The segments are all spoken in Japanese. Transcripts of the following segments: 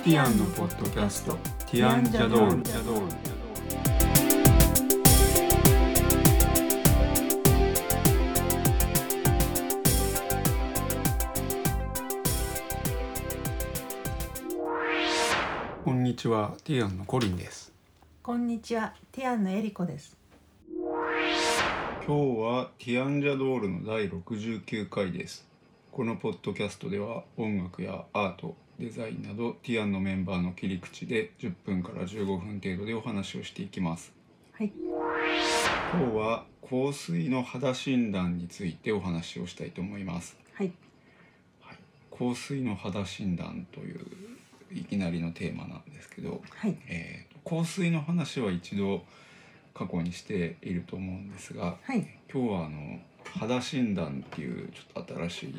ッドキャスト「ティアンジャドール」こんにちはティアンのコリンですこんにちは、ティアンのエリコです。今日はティアンジャドールの第69回ですこのポッドキャストでは音楽やアートデザインなどティアンのメンバーの切り口で10分から15分程度でお話をしていきますはい、今日は香水の肌診断についてお話をしたいと思います、はい、はい、香水の肌診断といういきなりのテーマなんですけど、はい、えーと香水の話は一度過去にしていると思うんですがはい、今日はあの肌診断っていうちょっと新し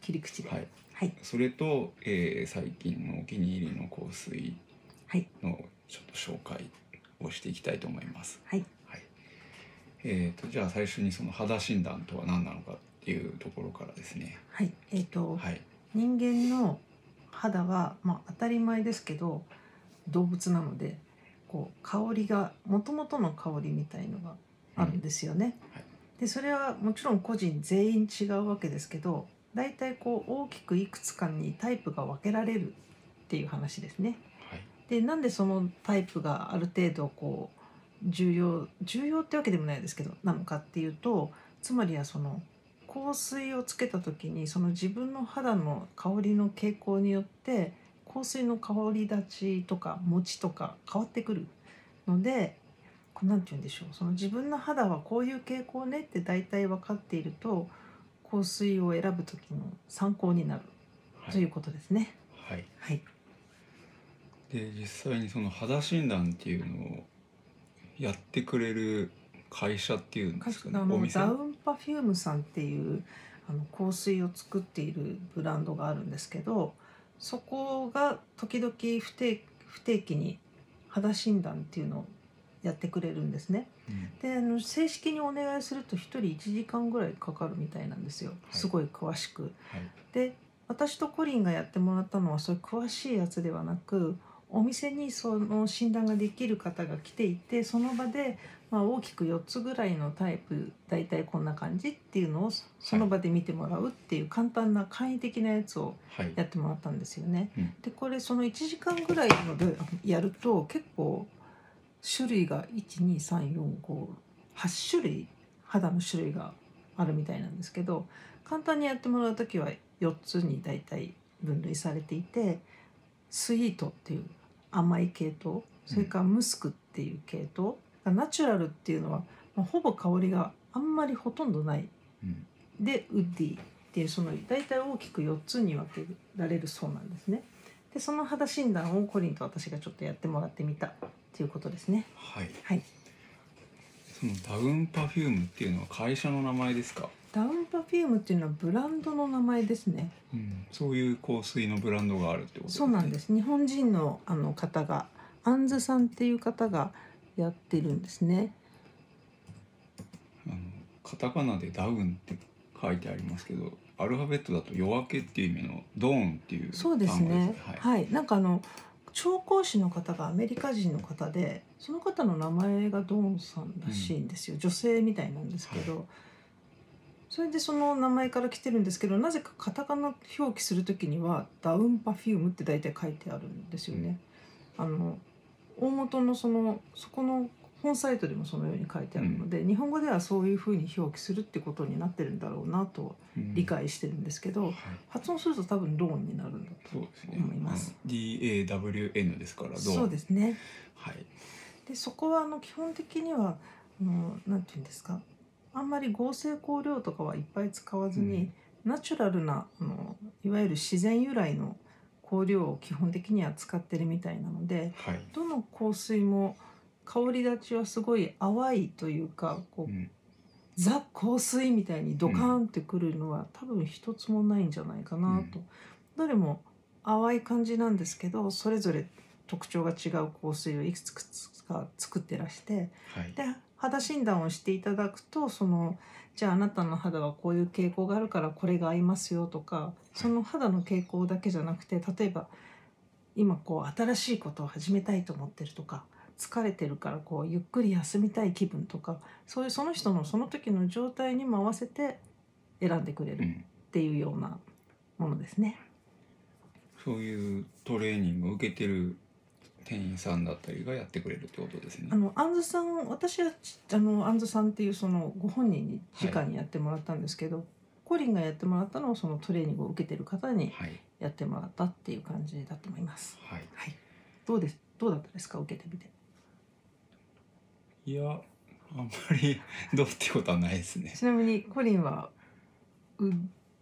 切り口い、で。はい、はい、それと、えー最近のお気に入りの香水はい、のちょっと紹介をしていきたいと思います。はい、はいえー、とじゃあ最初にその肌診断とは何なのかっていうところからですね。はい、えっ、と、はい、人間の肌は、まあ、当たり前ですけど。動物なので、こう、香りが、元々の香りみたいのがあるんですよね。はいで、それはもちろん個人全員違うわけですけど。大体こう大きくいくつかにタイプが分けられるっていう話ですね。はいでなんでそのタイプがある程度こう重要重要ってわけでもないですけどなのかっていうとつまりはその香水をつけた時にその自分の肌の香りの傾向によって香水の香り立ちとか持ちとか変わってくるのでこうなんて言うんでしょうその自分の肌はこういう傾向ねって大体分かっていると香水を選ぶ時の参考になるはといい、うことですね。はい、はい、で実際にその肌診断っていうのをやってくれる会社っていうんですかね。あおの店ダウンパフュームさんっていうあの香水を作っているブランドがあるんですけどそこが時々不定不定期に肌診断っていうのをやってくれるんですね。うんであの正式にお願いすると1人1時間ぐらいかかるみたいなんですよいすごい詳しく。はいで私とコリンがやってもらったのはそういう詳しいやつではなくお店にその診断ができる方が来ていてその場で、まあ、大きく4つぐらいのタイプ大体こんな感じっていうのをその場で見てもらうっていう簡単な簡易的なやつをはいやってもらったんですよね。うんでこれその1時間ぐらいのでやると結構種類が12345種類肌の種類があるみたいなんですけど簡単にやってもらう時は4つに大体分類されていてスイートっていう甘い系統それからムスクっていう系統、ナチュラルっていうのは、まあほぼ香りがあんまりほとんどないうんでウッディっていうその大体大きく4つに分けられるそうなんですね。でその肌診断をコリンと私がちょっとやってもらってみたっていうことですね。はい、はい。そのダウンパフュームっていうのは会社の名前ですか、ダウンパフュームっていうのはブランドの名前ですね。うん、そういう香水のブランドがあるってことそうなんですす。日本人のあの方がアンズさんっていう方がやってるんですね。ねあのカタカナでダウンって書いてありますけどアルファベットだと夜明けっていう意味のドーンっていうそうですね。はい、はい、なんかあの調香師の方がアメリカ人の方で、その方の名前がドーンさんらしいんですよ。女性みたいなんですけど。それでその名前から来てるんですけどなぜかカタカナ表記するときには「ダウンパフューム」って大体書いてあるんですよね。あの大元のそのそこの本サイトでもそのように書いてあるので、日本語ではそういうふうに表記するってことになってるんだろうなとうん理解してるんですけど、はい発音すると多分「ローン」になるんだとそうですね思いますあの DAWN ですからドーンそうですね。はいでそこはあの基本的にはあのなんていうんですかあんまり合成香料とかはいっぱい使わずに、ナチュラルなあのいわゆる自然由来の香料を基本的には使ってるみたいなのではい、どの香水も香り立ちはすごい淡いというかこう、うんザ香水みたいにドカーンってくるのは、多分一つもないんじゃないかなと、どれも淡い感じなんですけどそれぞれ特徴が違う香水をいくつか作ってらしてはいで肌診断をしていただくとそのじゃああなたの肌はこういう傾向があるからこれが合いますよとかその肌の傾向だけじゃなくて例えば今こう新しいことを始めたいと思ってるとか疲れてるからこうゆっくり休みたい気分とかそういうその人のその時の状態にも合わせて選んでくれうるっん、ていうようなものですね。そういうトレーニングを受けてる店員さんだったりがやってくれるってことですねあ。の安ずさん私はちあの安ずさんっていうそのご本人に直にやってもらったんですけど、コリンがやってもらったのをそのトレーニングを受けてる方にはい、やってもらったっていう感じだと思います。はいはい、どうですどうだったですか受けてみて。いや、あんまりどうってことはないですね。ちなみにコリンはウッ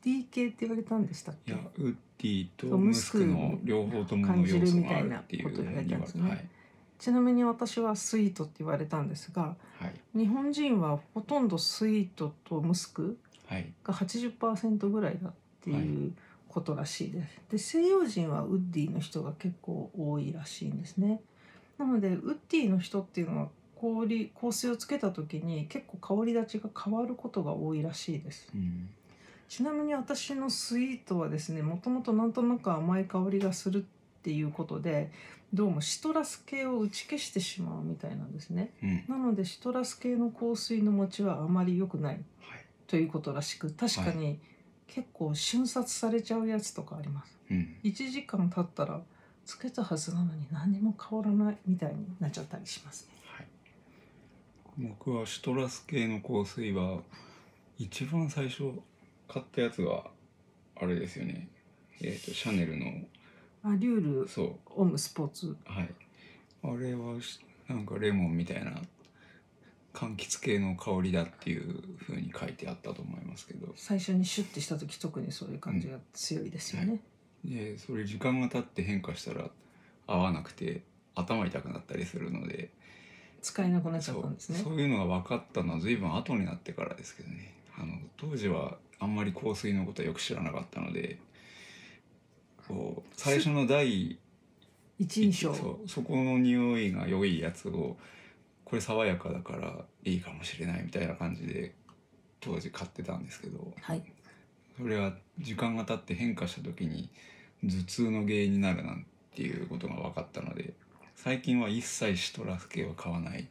ディ系って言われたんでしたっいけや、ウッディとそうムスクの両方ともの要素があるっていう感じるみたいなことを言われたんですはねい、ちなみに私はスイートって言われたんですがはい、日本人はほとんどスイートとムスクはい、が80%ぐらいだっていうことらしいです。で西洋人はウッディの人が結構多いらしいんですね。なのでウッディの人っていうのは氷香水をつけた時に結構香り立ちが変わることが多いらしいです。うん、ちなみに私のスイートはですねもともとなんとなく甘い香りがするっていうことでどうもシトラス系を打ち消してしまうみたいなんですねうん、なのでシトラス系の香水の持ちはあまり良くないはい、ということらしく確かに結構瞬殺されちゃうやつとかありますうん、 1時間経ったらつけたはずなのに何も変わらないみたいになっちゃったりしますねはい。僕はシトラス系の香水は一番最初買ったやつがあれですよね。えっ、とシャネルのあリュールそうオムスポーツはい。あれはしなんかレモンみたいな柑橘系の香りだっていう風に書いてあったと思いますけど、最初にシュッてした時特にそういう感じが強いですよね、うんでそれ時間が経って変化したら合わなくて頭痛くなったりするので、使えなくなっちゃそったんうですねそういうのが分かったのは随分後になってからですけどね。あの当時はあんまり香水のことはよく知らなかったので、こう最初の第一印象そうそこの匂いが良いやつをこれ爽やかだからいいかもしれないみたいな感じで当時買ってたんですけどはいそれは時間が経って変化した時に頭痛の原因になるなんていうことが分かったので最近は一切シトラス系は買わない、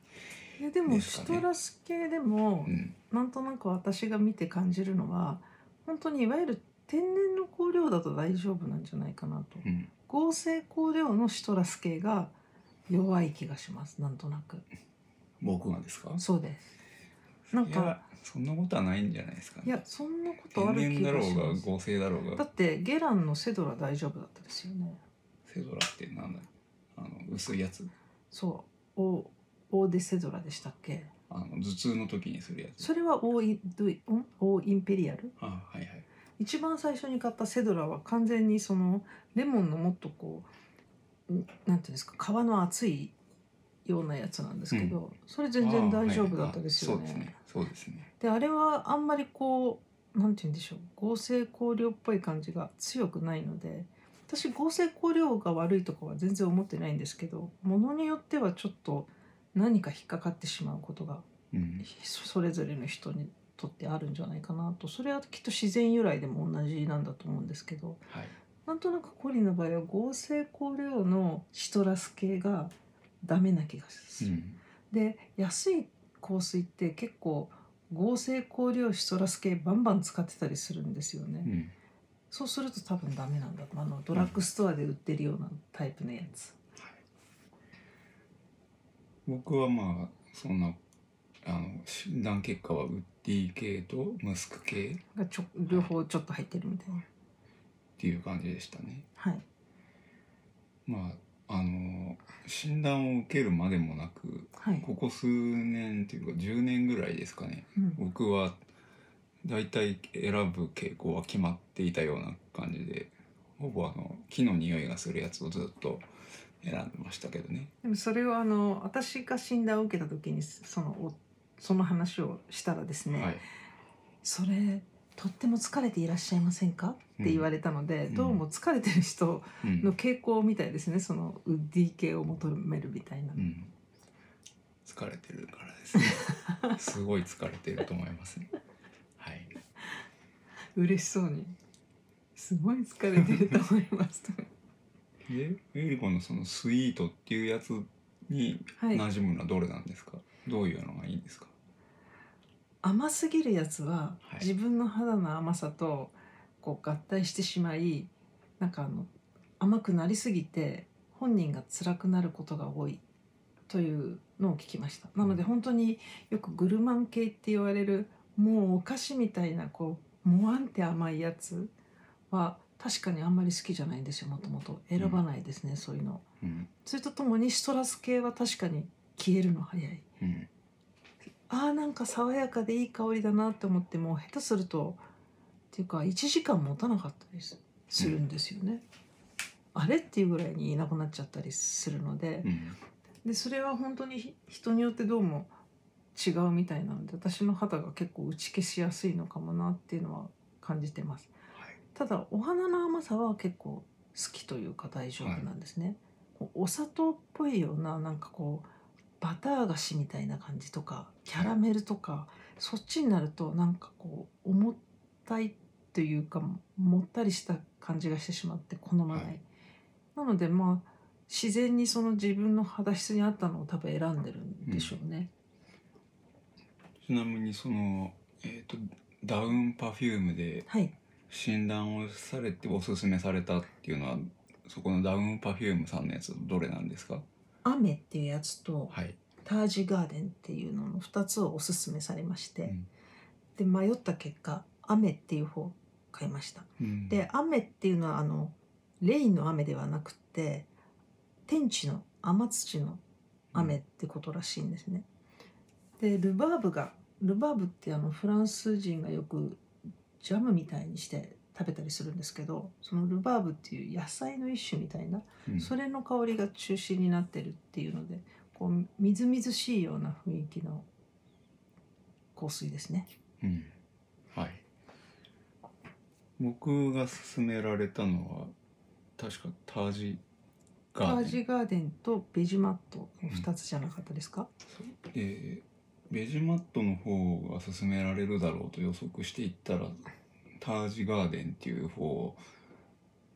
いやでもですシかねトラス系でもうん、なんとなく私が見て感じるのは本当にいわゆる天然の香料だと大丈夫なんじゃないかなとうん、合成香料のシトラス系が弱い気がしますなんとなく僕がですかそうですなんいかやそんなことはないんじゃないですかねいやそんなことあ天る然気だがろしうまがす合成だろうだがってゲランのセドラ大丈夫だったですよねセドラってなんだあの薄いやつそうオオーデセドラでしたっけあの頭痛の時にするやつそれはオーインドイんオーインペリアルあはいはい一番最初に買ったセドラは完全にそのレモンのもっとこうんなんていうんですか皮の厚いようなやつなんですけど、それ全然大丈夫だったですよね。あーはいあそうですね。であれはあんまりこうなんて言うんでしょう合成香料っぽい感じが強くないので私合成香料が悪いとかは全然思ってないんですけどものによってはちょっと何か引っかかってしまうことがそうですね。そそれぞれの人にとってあるんじゃないかなとそれはきっと自然由来でも同じなんだと思うんですけどうん。はい。なんとなくコリンの場合は合成香料のシトラス系がダメな気がすうる。ん。で安い香水って結構合成香料シトラス系バンバン使ってたりするんですよね。うん。そうすると多分ダメなんだあのドラッグストアで売ってるようなタイプのやつ。僕はまあそんなあの診断結果はウッディ系とムスク系っがちょ両方ちょっと入ってるみたいな。ていう感じでしたね。はい。まああの診断を受けるまでもなく、はい。ここ数年というか10年ぐらいですかね。うん、僕は大体選ぶ傾向は決まっていたような感じでほぼあの木の匂いがするやつをずっと選んでましたけどね。でもそれをあの私が診断を受けた時にそのおその話をしたらですね、はい、それとっても疲れていらっしゃいませんかって言われたので、うんどうも疲れてる人うんの傾向みたいですねそのウッディ系を求めるみたいな、うん、疲れてるからですね すごい疲れてると思いますね。はい、嬉しそうに「すごい疲れてると思います」とでエリコのそのスイートっていうやつにはい馴染むのはどれなんですか、どういうのがいいんですか甘すぎるやつは、はい自分の肌の甘さとこう合体してしまいなんかあの甘くなりすぎて本人が辛くなることが多いというのを聞きましたなので本当によくグルマン系って言われるもうお菓子みたいなこうもわんって甘いやつは確かにあんまり好きじゃないんですよもともと選ばないですね、そういうのうんそれとともにシトラス系は確かに消えるの早いうんあーなんか爽やかでいい香りだなって思っても下手するとっていうか1時間持たなかったりすするんですよね、あれっていうぐらいにいなくなっちゃったりするのでうんでそれは本当にひ人によってどうも違うみたいなので私の肌が結構打ち消しやすいのかもなっていうのは感じてますはいただお花の甘さは結構好きというか大丈夫なんですね、こうお砂糖っぽいようななんかこうバター菓子みたいな感じとかキャラメルとかそっちになるとなんかこう重たいというかもったりした感じがしてしまって好まない、はいなのでまあ自然にその自分の肌質に合ったのを多分選んでるんでしょうね、ちなみにその、えー、とダウンパフュームではい診断をされておすすめされたっていうのはそこのダウンパフュームさんのやつどれなんですか雨っていうやつとはい、タージガーデンっていうのの2つをおすすめされまして、うんで迷った結果雨っていう方を買いましたうんで雨っていうのはあのレインの雨ではなくって天地の雨土の雨ってことらしいんですねでルバーブがルバーブってあのフランス人がよくジャムみたいにして食べたりするんですけどそのルバーブっていう野菜の一種みたいなうんそれの香りが中心になってるっていうのでこうみずみずしいような雰囲気の香水ですねうんはい僕が勧められたのは確かタージタガーーデンジガーデンとベジマットの2つじゃなかったですか、でベジマットの方が勧められるだろうと予測していったらタージガーデンっていう方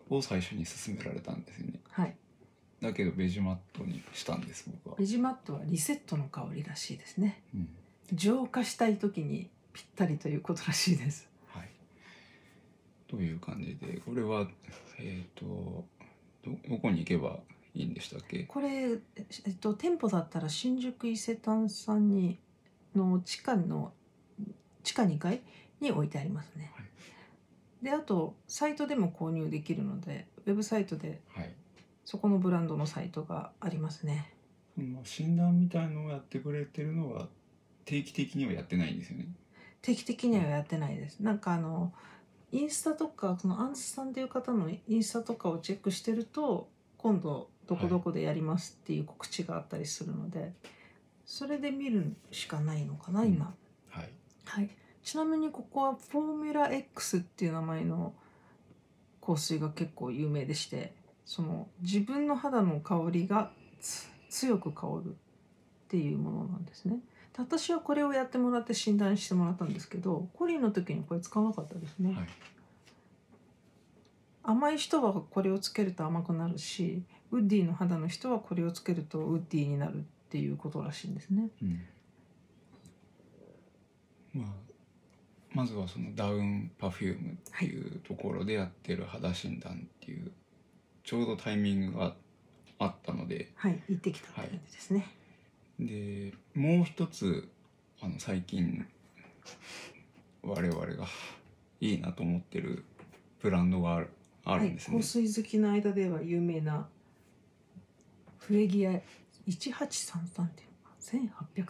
を最初に勧められたんですよねはいだけどベジマットにしたんです僕はベ、ジマットはリセットの香りらしいですねうん浄化したい時にぴったりということらしいですはい、という感じでこれはえっ、とどどこに行けばいいんでしたっけこれ、えっと、店舗だったら新宿伊勢丹さんにの地下の地下2階に置いてありますね、はいであとサイトでも購入できるのでウェブサイトではいそこのブランドのサイトがありますねその診断みたいのをやってくれてるのは定期的にはやってないんですよね。定期的にはやってないですなんかあのインスタとかそのアンスさんっていう方のインスタとかをチェックしてると今度どこどこでやりますっていう告知があったりするので、それで見るしかないのかな今、はい、はい、ちなみにここはフォーミュラ X っていう名前の香水が結構有名でしてその自分の肌の香りがつ強く香るっていうものなんですねで私はこれをやってもらって診断してもらったんですけどコリンの時にこれ使わなかったですね、はい甘い人はこれをつけると甘くなるしウッディの肌の人はこれをつけるとウッディになるっていうことらしいんですねうんまあ、まずはそのダウンパフュームっていうところでやってる肌診断っていうちょうどタイミングがあったのではい行ってきたって感じですね、でもう一つあの最近我々がいいなと思ってるブランドがあるあるんですね、はい、香水好きの間では有名なフレギア1833っていうのか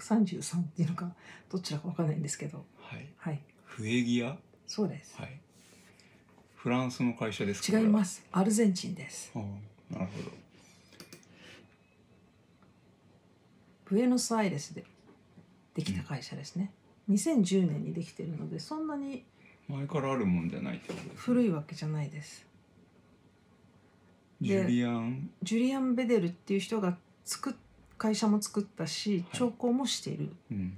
1833っていうのかどちらかわかんないんですけどはい、はいフエギア、はそうです、い、フランスの会社です違いますすアルゼンチンですああなるほどブエノスアイレスでできた会社ですね、2010年にできてるのでそんなに前からあるもんじゃないってことです、ね、古いわけじゃないですジュリアンジュリアン・ベデルっていう人が作っ会社も作ったしはい調香もしているっうん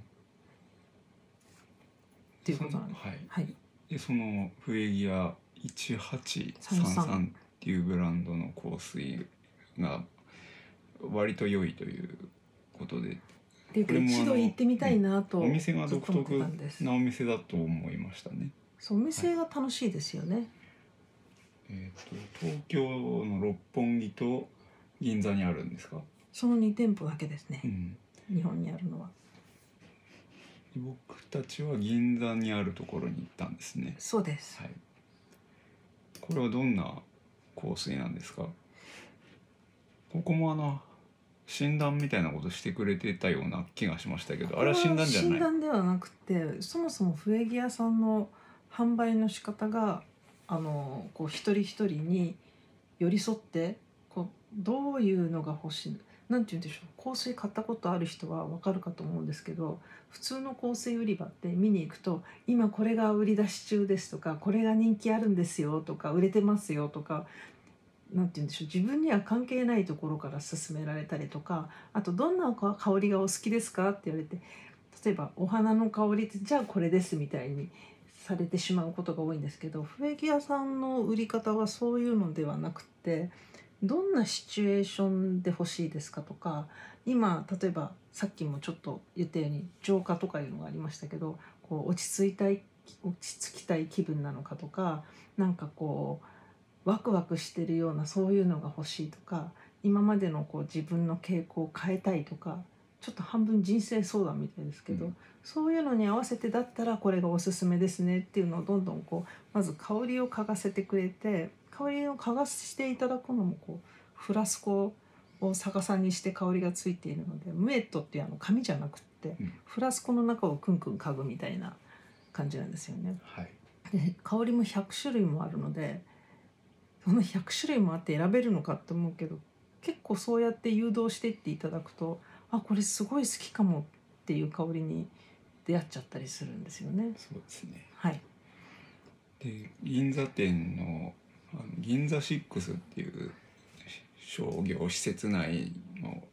ていうことなんです、そのはいはいでそのフエギア1833っていうブランドの香水が割と良いということでっていうかこれもあの一度行ってみたいなとお店がずっ独と思っ特てたんですなお店だと思いましたね。そうお店が楽しいですよね、えー、と東京の六本木と銀座にあるんですか、その2店舗だけですねう、ん、日本にあるのは僕たちは銀座にあるところに行ったんですね。そうです、はい、これはどんな香水なんですかここもあの診断みたいなことしてくれてたような気がしましたけどあれは診断じゃな診い断ではなくてそもそも笛木屋さんの販売の仕方があのこう一人一人に寄り添ってこうどういうのが欲しいなんて言うんでしょう香水買ったことある人はわかるかと思うんですけど普通の香水売り場って見に行くと「今これが売り出し中です」とか「これが人気あるんですよ」とか「売れてますよ」とか。なんて言うんでしょう自分には関係ないところから勧められたりとかあと「どんな香りがお好きですか?」って言われて例えばお花の香りってじゃあこれですみたいにされてしまうことが多いんですけど笛木屋さんの売り方はそういうのではなくてどんなシチュエーションで欲しいですかとか今例えばさっきもちょっと言ったように浄化とかいうのがありましたけどこう落ち着いたい落ち着きたい気分なのかとかなんかこうワクワクしてるようなそういうのが欲しいとか今までのこう自分の傾向を変えたいとかちょっと半分人生相談みたいですけど、うんそういうのに合わせてだったらこれがおすすめですねっていうのをどんどんこうまず香りを嗅がせてくれて香りを嗅がしていただくのもこうフラスコを逆さにして香りがついているのでムエットっていうあの紙じゃなくって、うんフラスコの中をクンクン嗅ぐみたいな感じなんですよね。はい、で 香りも100種類もあるのでその100種類もあって選べるのかって思うけど結構そうやって誘導していっていただくとあこれすごい好きかもっていう香りに出会っちゃったりするんですよね。そうですねはい、で銀座店のあの銀座6っていう商業施設内の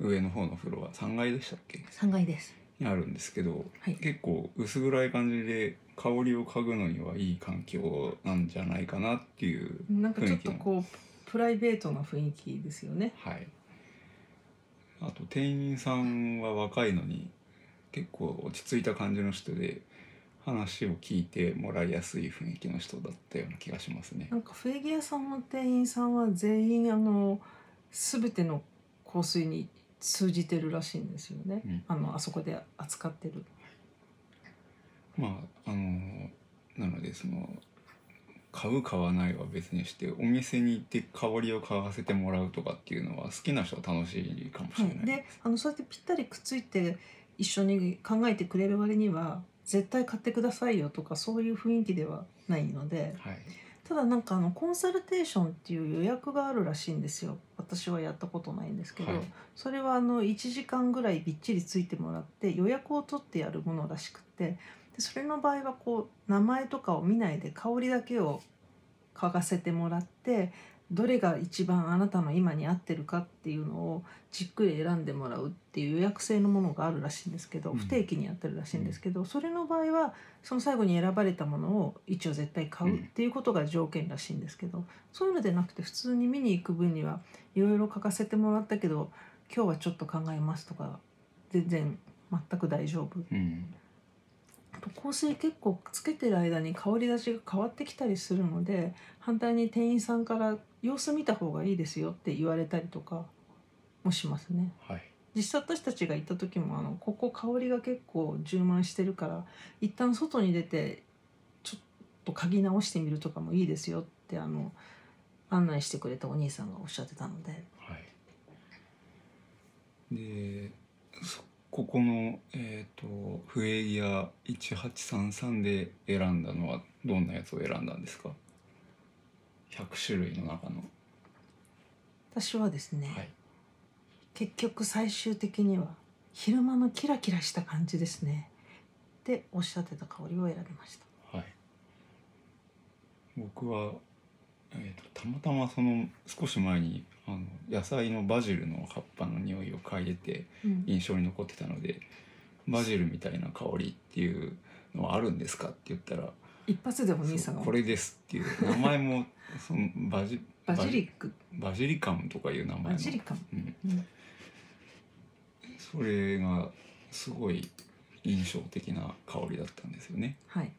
上の方のフロア3階でしたっけ3階です。にあるんですけどはい、結構薄暗い感じで香りを嗅ぐのにはいい環境なんじゃないかなっていうなんかちょっとこうプライベートな雰囲気ですよね。はい。あと店員さんは若いのに結構落ち着いた感じの人で話を聞いてもらいやすい雰囲気の人だったような気がしますねな。んかフェギアさんの店員さんは全員あの全ての香水に通じてるらしいんですよね。うんあのあそこで扱ってる。まああのなのでその買う買わないは別にしてお店に行って香りを嗅がせてもらうとかっていうのは好きな人は楽しいかもしはれい、ない。であのそうやってぴったりくっついて一緒に考えてくれる割には絶対買ってくださいよとかそういう雰囲気ではないのではい。ただなんかあのコンサルテーションっていう予約があるらしいんですよ私はやったことないんですけど、はいそれはあの1時間ぐらいびっちりついてもらって予約を取ってやるものらしくてでそれの場合はこう名前とかを見ないで香りだけを嗅がせてもらってどれが一番あなたの今に合ってるかっていうのをじっくり選んでもらうっていう予約制のものがあるらしいんですけど、うん不定期にやってるらしいんですけど、それの場合はその最後に選ばれたものを一応絶対買うっていうことが条件らしいんですけど、そういうのでなくて普通に見に行く分にはいろいろ書かせてもらったけど今日はちょっと考えますとか全然全く大丈夫うん。あと香水結構つけてる間に香り出しが変わってきたりするので反対に店員さんから様子見た方がいいですよって言われたりとかもしますね。はい。実際私たちが行った時もあのここ香りが結構充満してるから一旦外に出てちょっと嗅ぎ直してみるとかもいいですよってあの案内してくれたお兄さんがおっしゃってたのではい、でそここの、えー、とフエギア1833で選んだのはどんなやつを選んだんですか100種類の中の、私はですね、はい結局最終的には昼間のキラキラした感じですねっておっしゃってた香りを選びましたはい、僕は、えー、とたまたまその少し前にあの野菜のバジルの葉っぱの匂いを嗅いでてうん印象に残ってたのでバジルみたいな香りっていうのはあるんですかって言ったら一発でお兄さんがこれですっていう名前もそのバジバジリックバジリカムとかいう名前バのジリカム、うんうんそれがすごい印象的な香りだったんですよねはい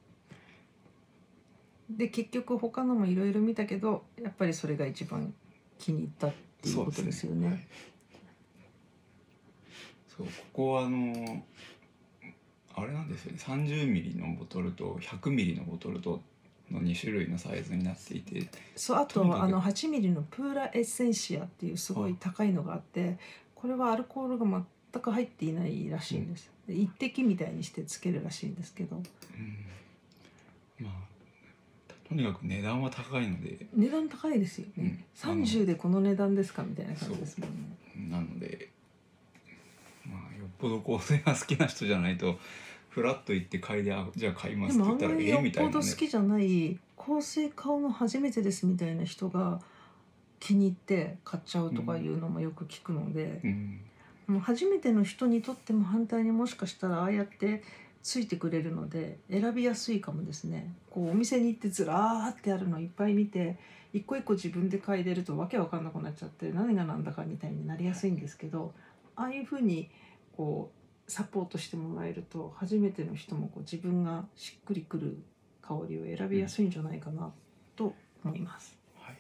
で結局他のもいろいろ見たけどやっぱりそれが一番気に入ったっていうことですよねそうここはあのあれなんですよね30ミリのボトルと100ミリのボトルとの2種類のサイズになっていてそうあととにかくあの8ミリのプーラエッセンシアっていうすごはいい高いのがあってこれはアルコールが全く入っていないらしいんです、で一滴みたいにしてつけるらしいんですけどうんまあとにかく値段は高いので値段高いですよね、うんあの30でこの値段ですかみたいな感じですもんねなのでまあよっぽど香水が好きな人じゃないとフラッと行って買いであじゃあ買いまですっても言ったあんまらえりえよっみたいぽなどね好きじゃない香水買うの初めてですみたいな人が気に入って買っちゃうとかいうのもよく聞くので、うんもう初めての人にとっても反対にもしかしたらああやってついてくれるので選びやすいかもですねこうお店に行ってずらーってあるのいっぱい見て一個一個自分で嗅いでるとわけわかんなくなっちゃって何がなんだかみたいになりやすいんですけどああいうふうにこうサポートしてもらえると初めての人もこう自分がしっくりくる香りを選びやすいんじゃないかなと思います。はい。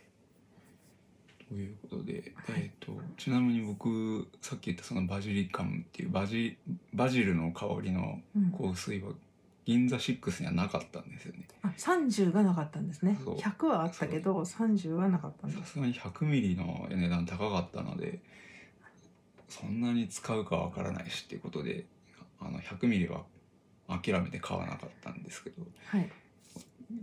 ということで、はいえっ、とちなみに僕さっき言ったそのバジリカムっていうバジバジルの香りのうん香水は銀座6にはなかったんですよね。あ30がなかったんですねそう100はあったけど30はなかったんですさすがに100ミリの値段高かったので、そんなに使うかわからないしっていうことで、あの100ミリは諦めて買わなかったんですけど、はい、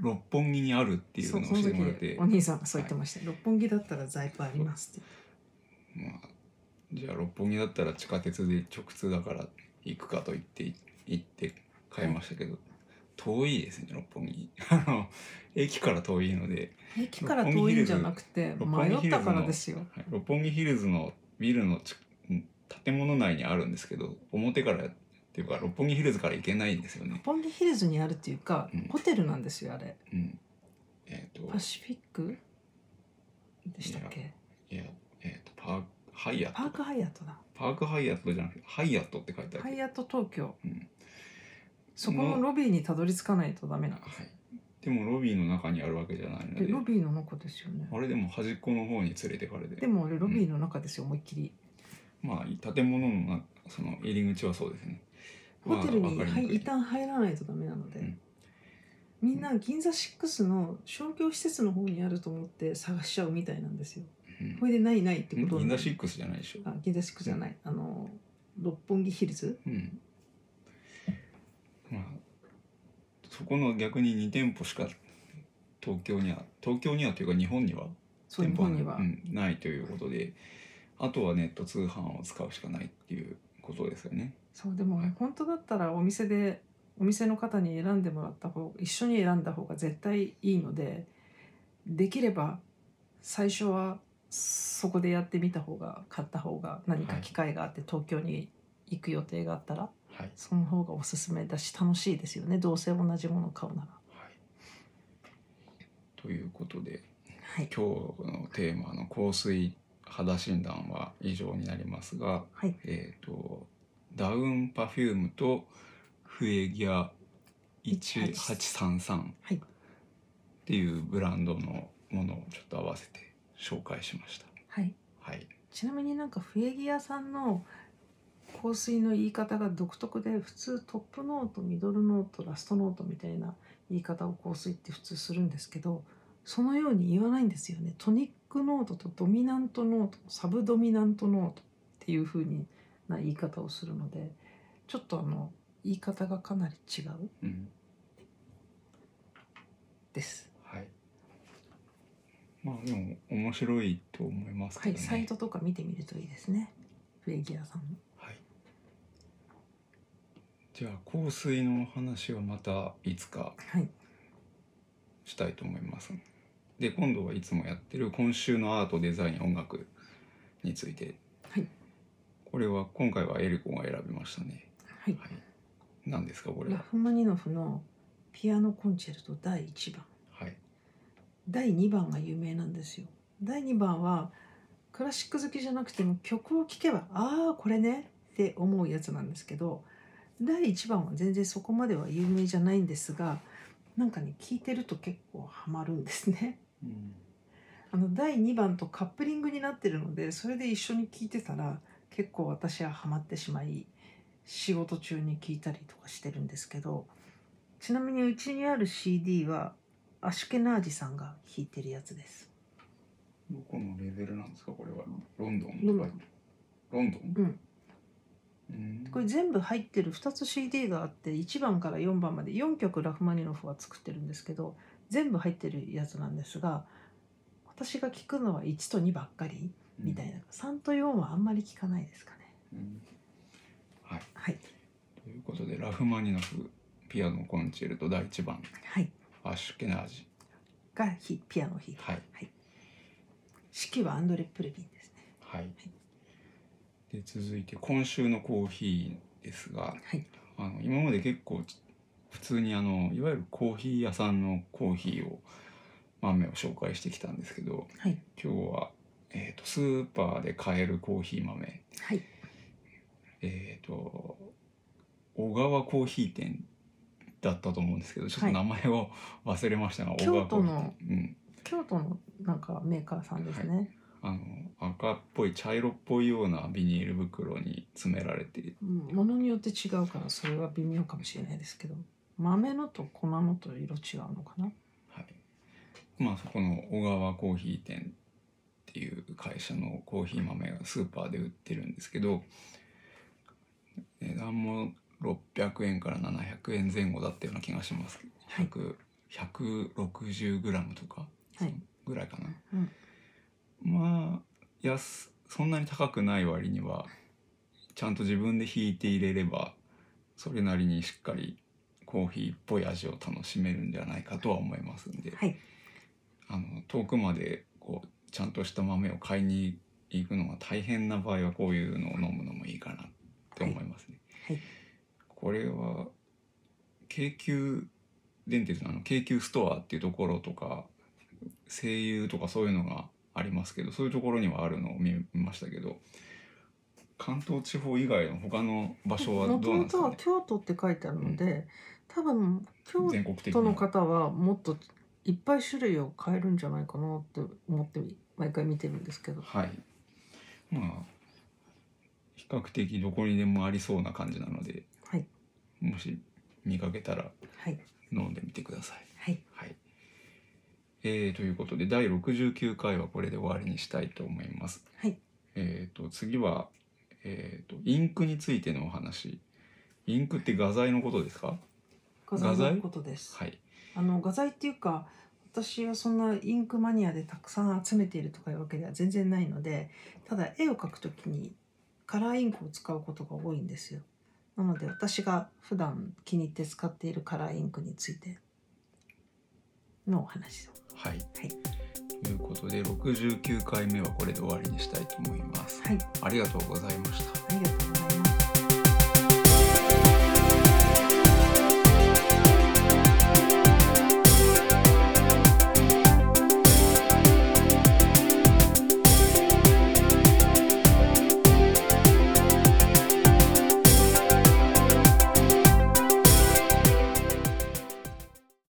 六本木にあるっていうのを教えてもらっそうてその時お、兄さんがそう言ってました、六本木だったら在庫ありますってまあ、じゃあ六本木だったら地下鉄で直通だから行くかと言って行って買いましたけど、遠いですね六本木あの駅から遠いので、駅から遠いんじゃなくて六本木ヒルズ迷ったからですよはい六本木ヒルズのビルのちん建物内にあるんですけど表からっていうか六本木ヒルズから行けないんですよね六。本木ヒルズにあるっていうか、うんホテルなんですよあれうん、えっ、とパシフィックでしたっけいや、えー、とパークハイアッパートクハイアットだパークハイアットじゃなくてハイアットって書いてあハるイアット東京、うんそこのロビーにたどり着かないとダメなのはい、でもロビーの中にあるわけじゃないのででロビーの中ですよねあれでも端っこの方に連れてかれでてもあれロビーの中ですよ思いっきりまあ建物のなその入り口はそうですねホテルまあにわかり入にくい一旦入らないとダメなので、うんみんな銀座6の商業施設の方にあると思って探しちゃうみたいなんですよ。うんこれでないないってこと銀座にシックスじゃないでしょあ銀座6じゃない、あの六本木ヒルズうんまあそこの逆に2店舗しか東京には東京にはというか日本にはそう店日舗本には、うん、ないということであとはネット通販を使うしかないっていうことですよねそうでも、ね、本当だったらお店でお店の方に選んでもらった方一緒に選んだ方が絶対いいのでできれば最初はそこでやってみた方が買った方が何か機会があって東京に行く予定があったらはいその方がおすすめだし楽しいですよねどうせ同じものを買うならはいということではい今日のテーマの香水肌診断は以上になりますが、はいえー、とダウンパフュームとフエギャ1833はいっていうブランドのものをちょっと合わせて紹介しました。はいはい、ちなみになんかフエギアさんの香水の言い方が独特で普通トップノートミドルノートラストノートみたいな言い方を香水って普通するんですけどそのように言わないんですよねトニックノートとドミナントノートサブドミナントノートっていう風にな言い方をするのでちょっとあの言い方がかなり違ううんです。はい、まあでも面白いと思いますはけい、どね。サイトとか見てみるといいですね。フェギアさんの。はい。じゃあ香水のお話をまたいつかはい、したいと思いますで今度はいつもやってる今週のアートデザイン音楽について、はいこれは今回はエリコが選びましたねはい、何ですかこれラはフマニノフのピアノコンチェルト第1番、はい第2番が有名なんですよ。第2番はクラシック好きじゃなくても曲を聴けばああこれねって思うやつなんですけど第1番は全然そこまでは有名じゃないんですがなんかね聴いてると結構ハマるんですね。うんあの第2番とカップリングになってるのでそれで一緒に聴いてたら結構私はハマってしまい仕事中に聴いたりとかしてるんですけどちなみにうちにある CD はアシュケナージさんが弾いてるやつです。どこのレベルなんですかこれはロンドンロンドンロンドンうん、うんこれ全部入ってる2つ CD があって1番から4番まで4曲ラフマニノフは作ってるんですけど全部入ってるやつなんですが私が聴くのは1と2ばっかりみたいな、3と4はあんまり聴かないですかね。うんはいはい、ということでラフマニノフピアノコンチェルト第1番はいアシュケナージがひピアノを弾いてるはい指揮はアンドレ・プルビンですねはい、で続いて今週のコーヒーですがはいあの今まで結構普通にあのいわゆるコーヒー屋さんのコーヒーを豆を紹介してきたんですけどはい今日は、えー、とスーパーで買えるコーヒー豆はいえっ、と小川コーヒー店だったと思うんですけどちょっと名前を忘れましたが、小川コーヒー店うん、京都のなんかメーカーさんですね、あの赤っぽい茶色っぽいようなビニール袋に詰められてうん、ものによって違うからそれは微妙かもしれないですけど豆のと粉のと色違うのかなはい、まあそこの小川コーヒー店っていう会社のコーヒー豆がスーパーで売ってるんですけど値段も600円から700円前後だったような気がしますはい100 160g とかはいぐらいかな、うんまあ安そんなに高くない割にはちゃんと自分で引いて入れればそれなりにしっかりコーヒーっぽい味を楽しめるんじゃないかとは思いますんで、はいあの遠くまでこうちゃんとした豆を買いに行くのが大変な場合はこういうのを飲むのもいいかなって思いますね。はいはいこれは京急電鉄のあの京急ストアっていうところとか声優とかそういうのがありますけどそういうところにはあるのを見ましたけど関東地方以外の他の場所はもどうとなんもですとかはね京都って書いてあるので、多分京全国的都のに。方はもっといっぱい種類を変えるんじゃないかなって思って毎回見てるんですけどはいまあ比較的どこにでもありそうな感じなのではいもし見かけたらはい飲んでみてください。はいはい。えーということで第69回はこれで終わりにしたいと思います。はいえーと次は、えーとインクについてのお話。インクって画材のことですか？画材材のことですはい。あの画材っていうか私はそんなインクマニアでたくさん集めているとかいうわけでは全然ないのでただ絵を描くときにカラーインクを使うことが多いんですよなので私が普段気に入って使っているカラーインクについてのお話をはい。いということで69回目はこれで終わりにしたいと思います。はいありがとうございました。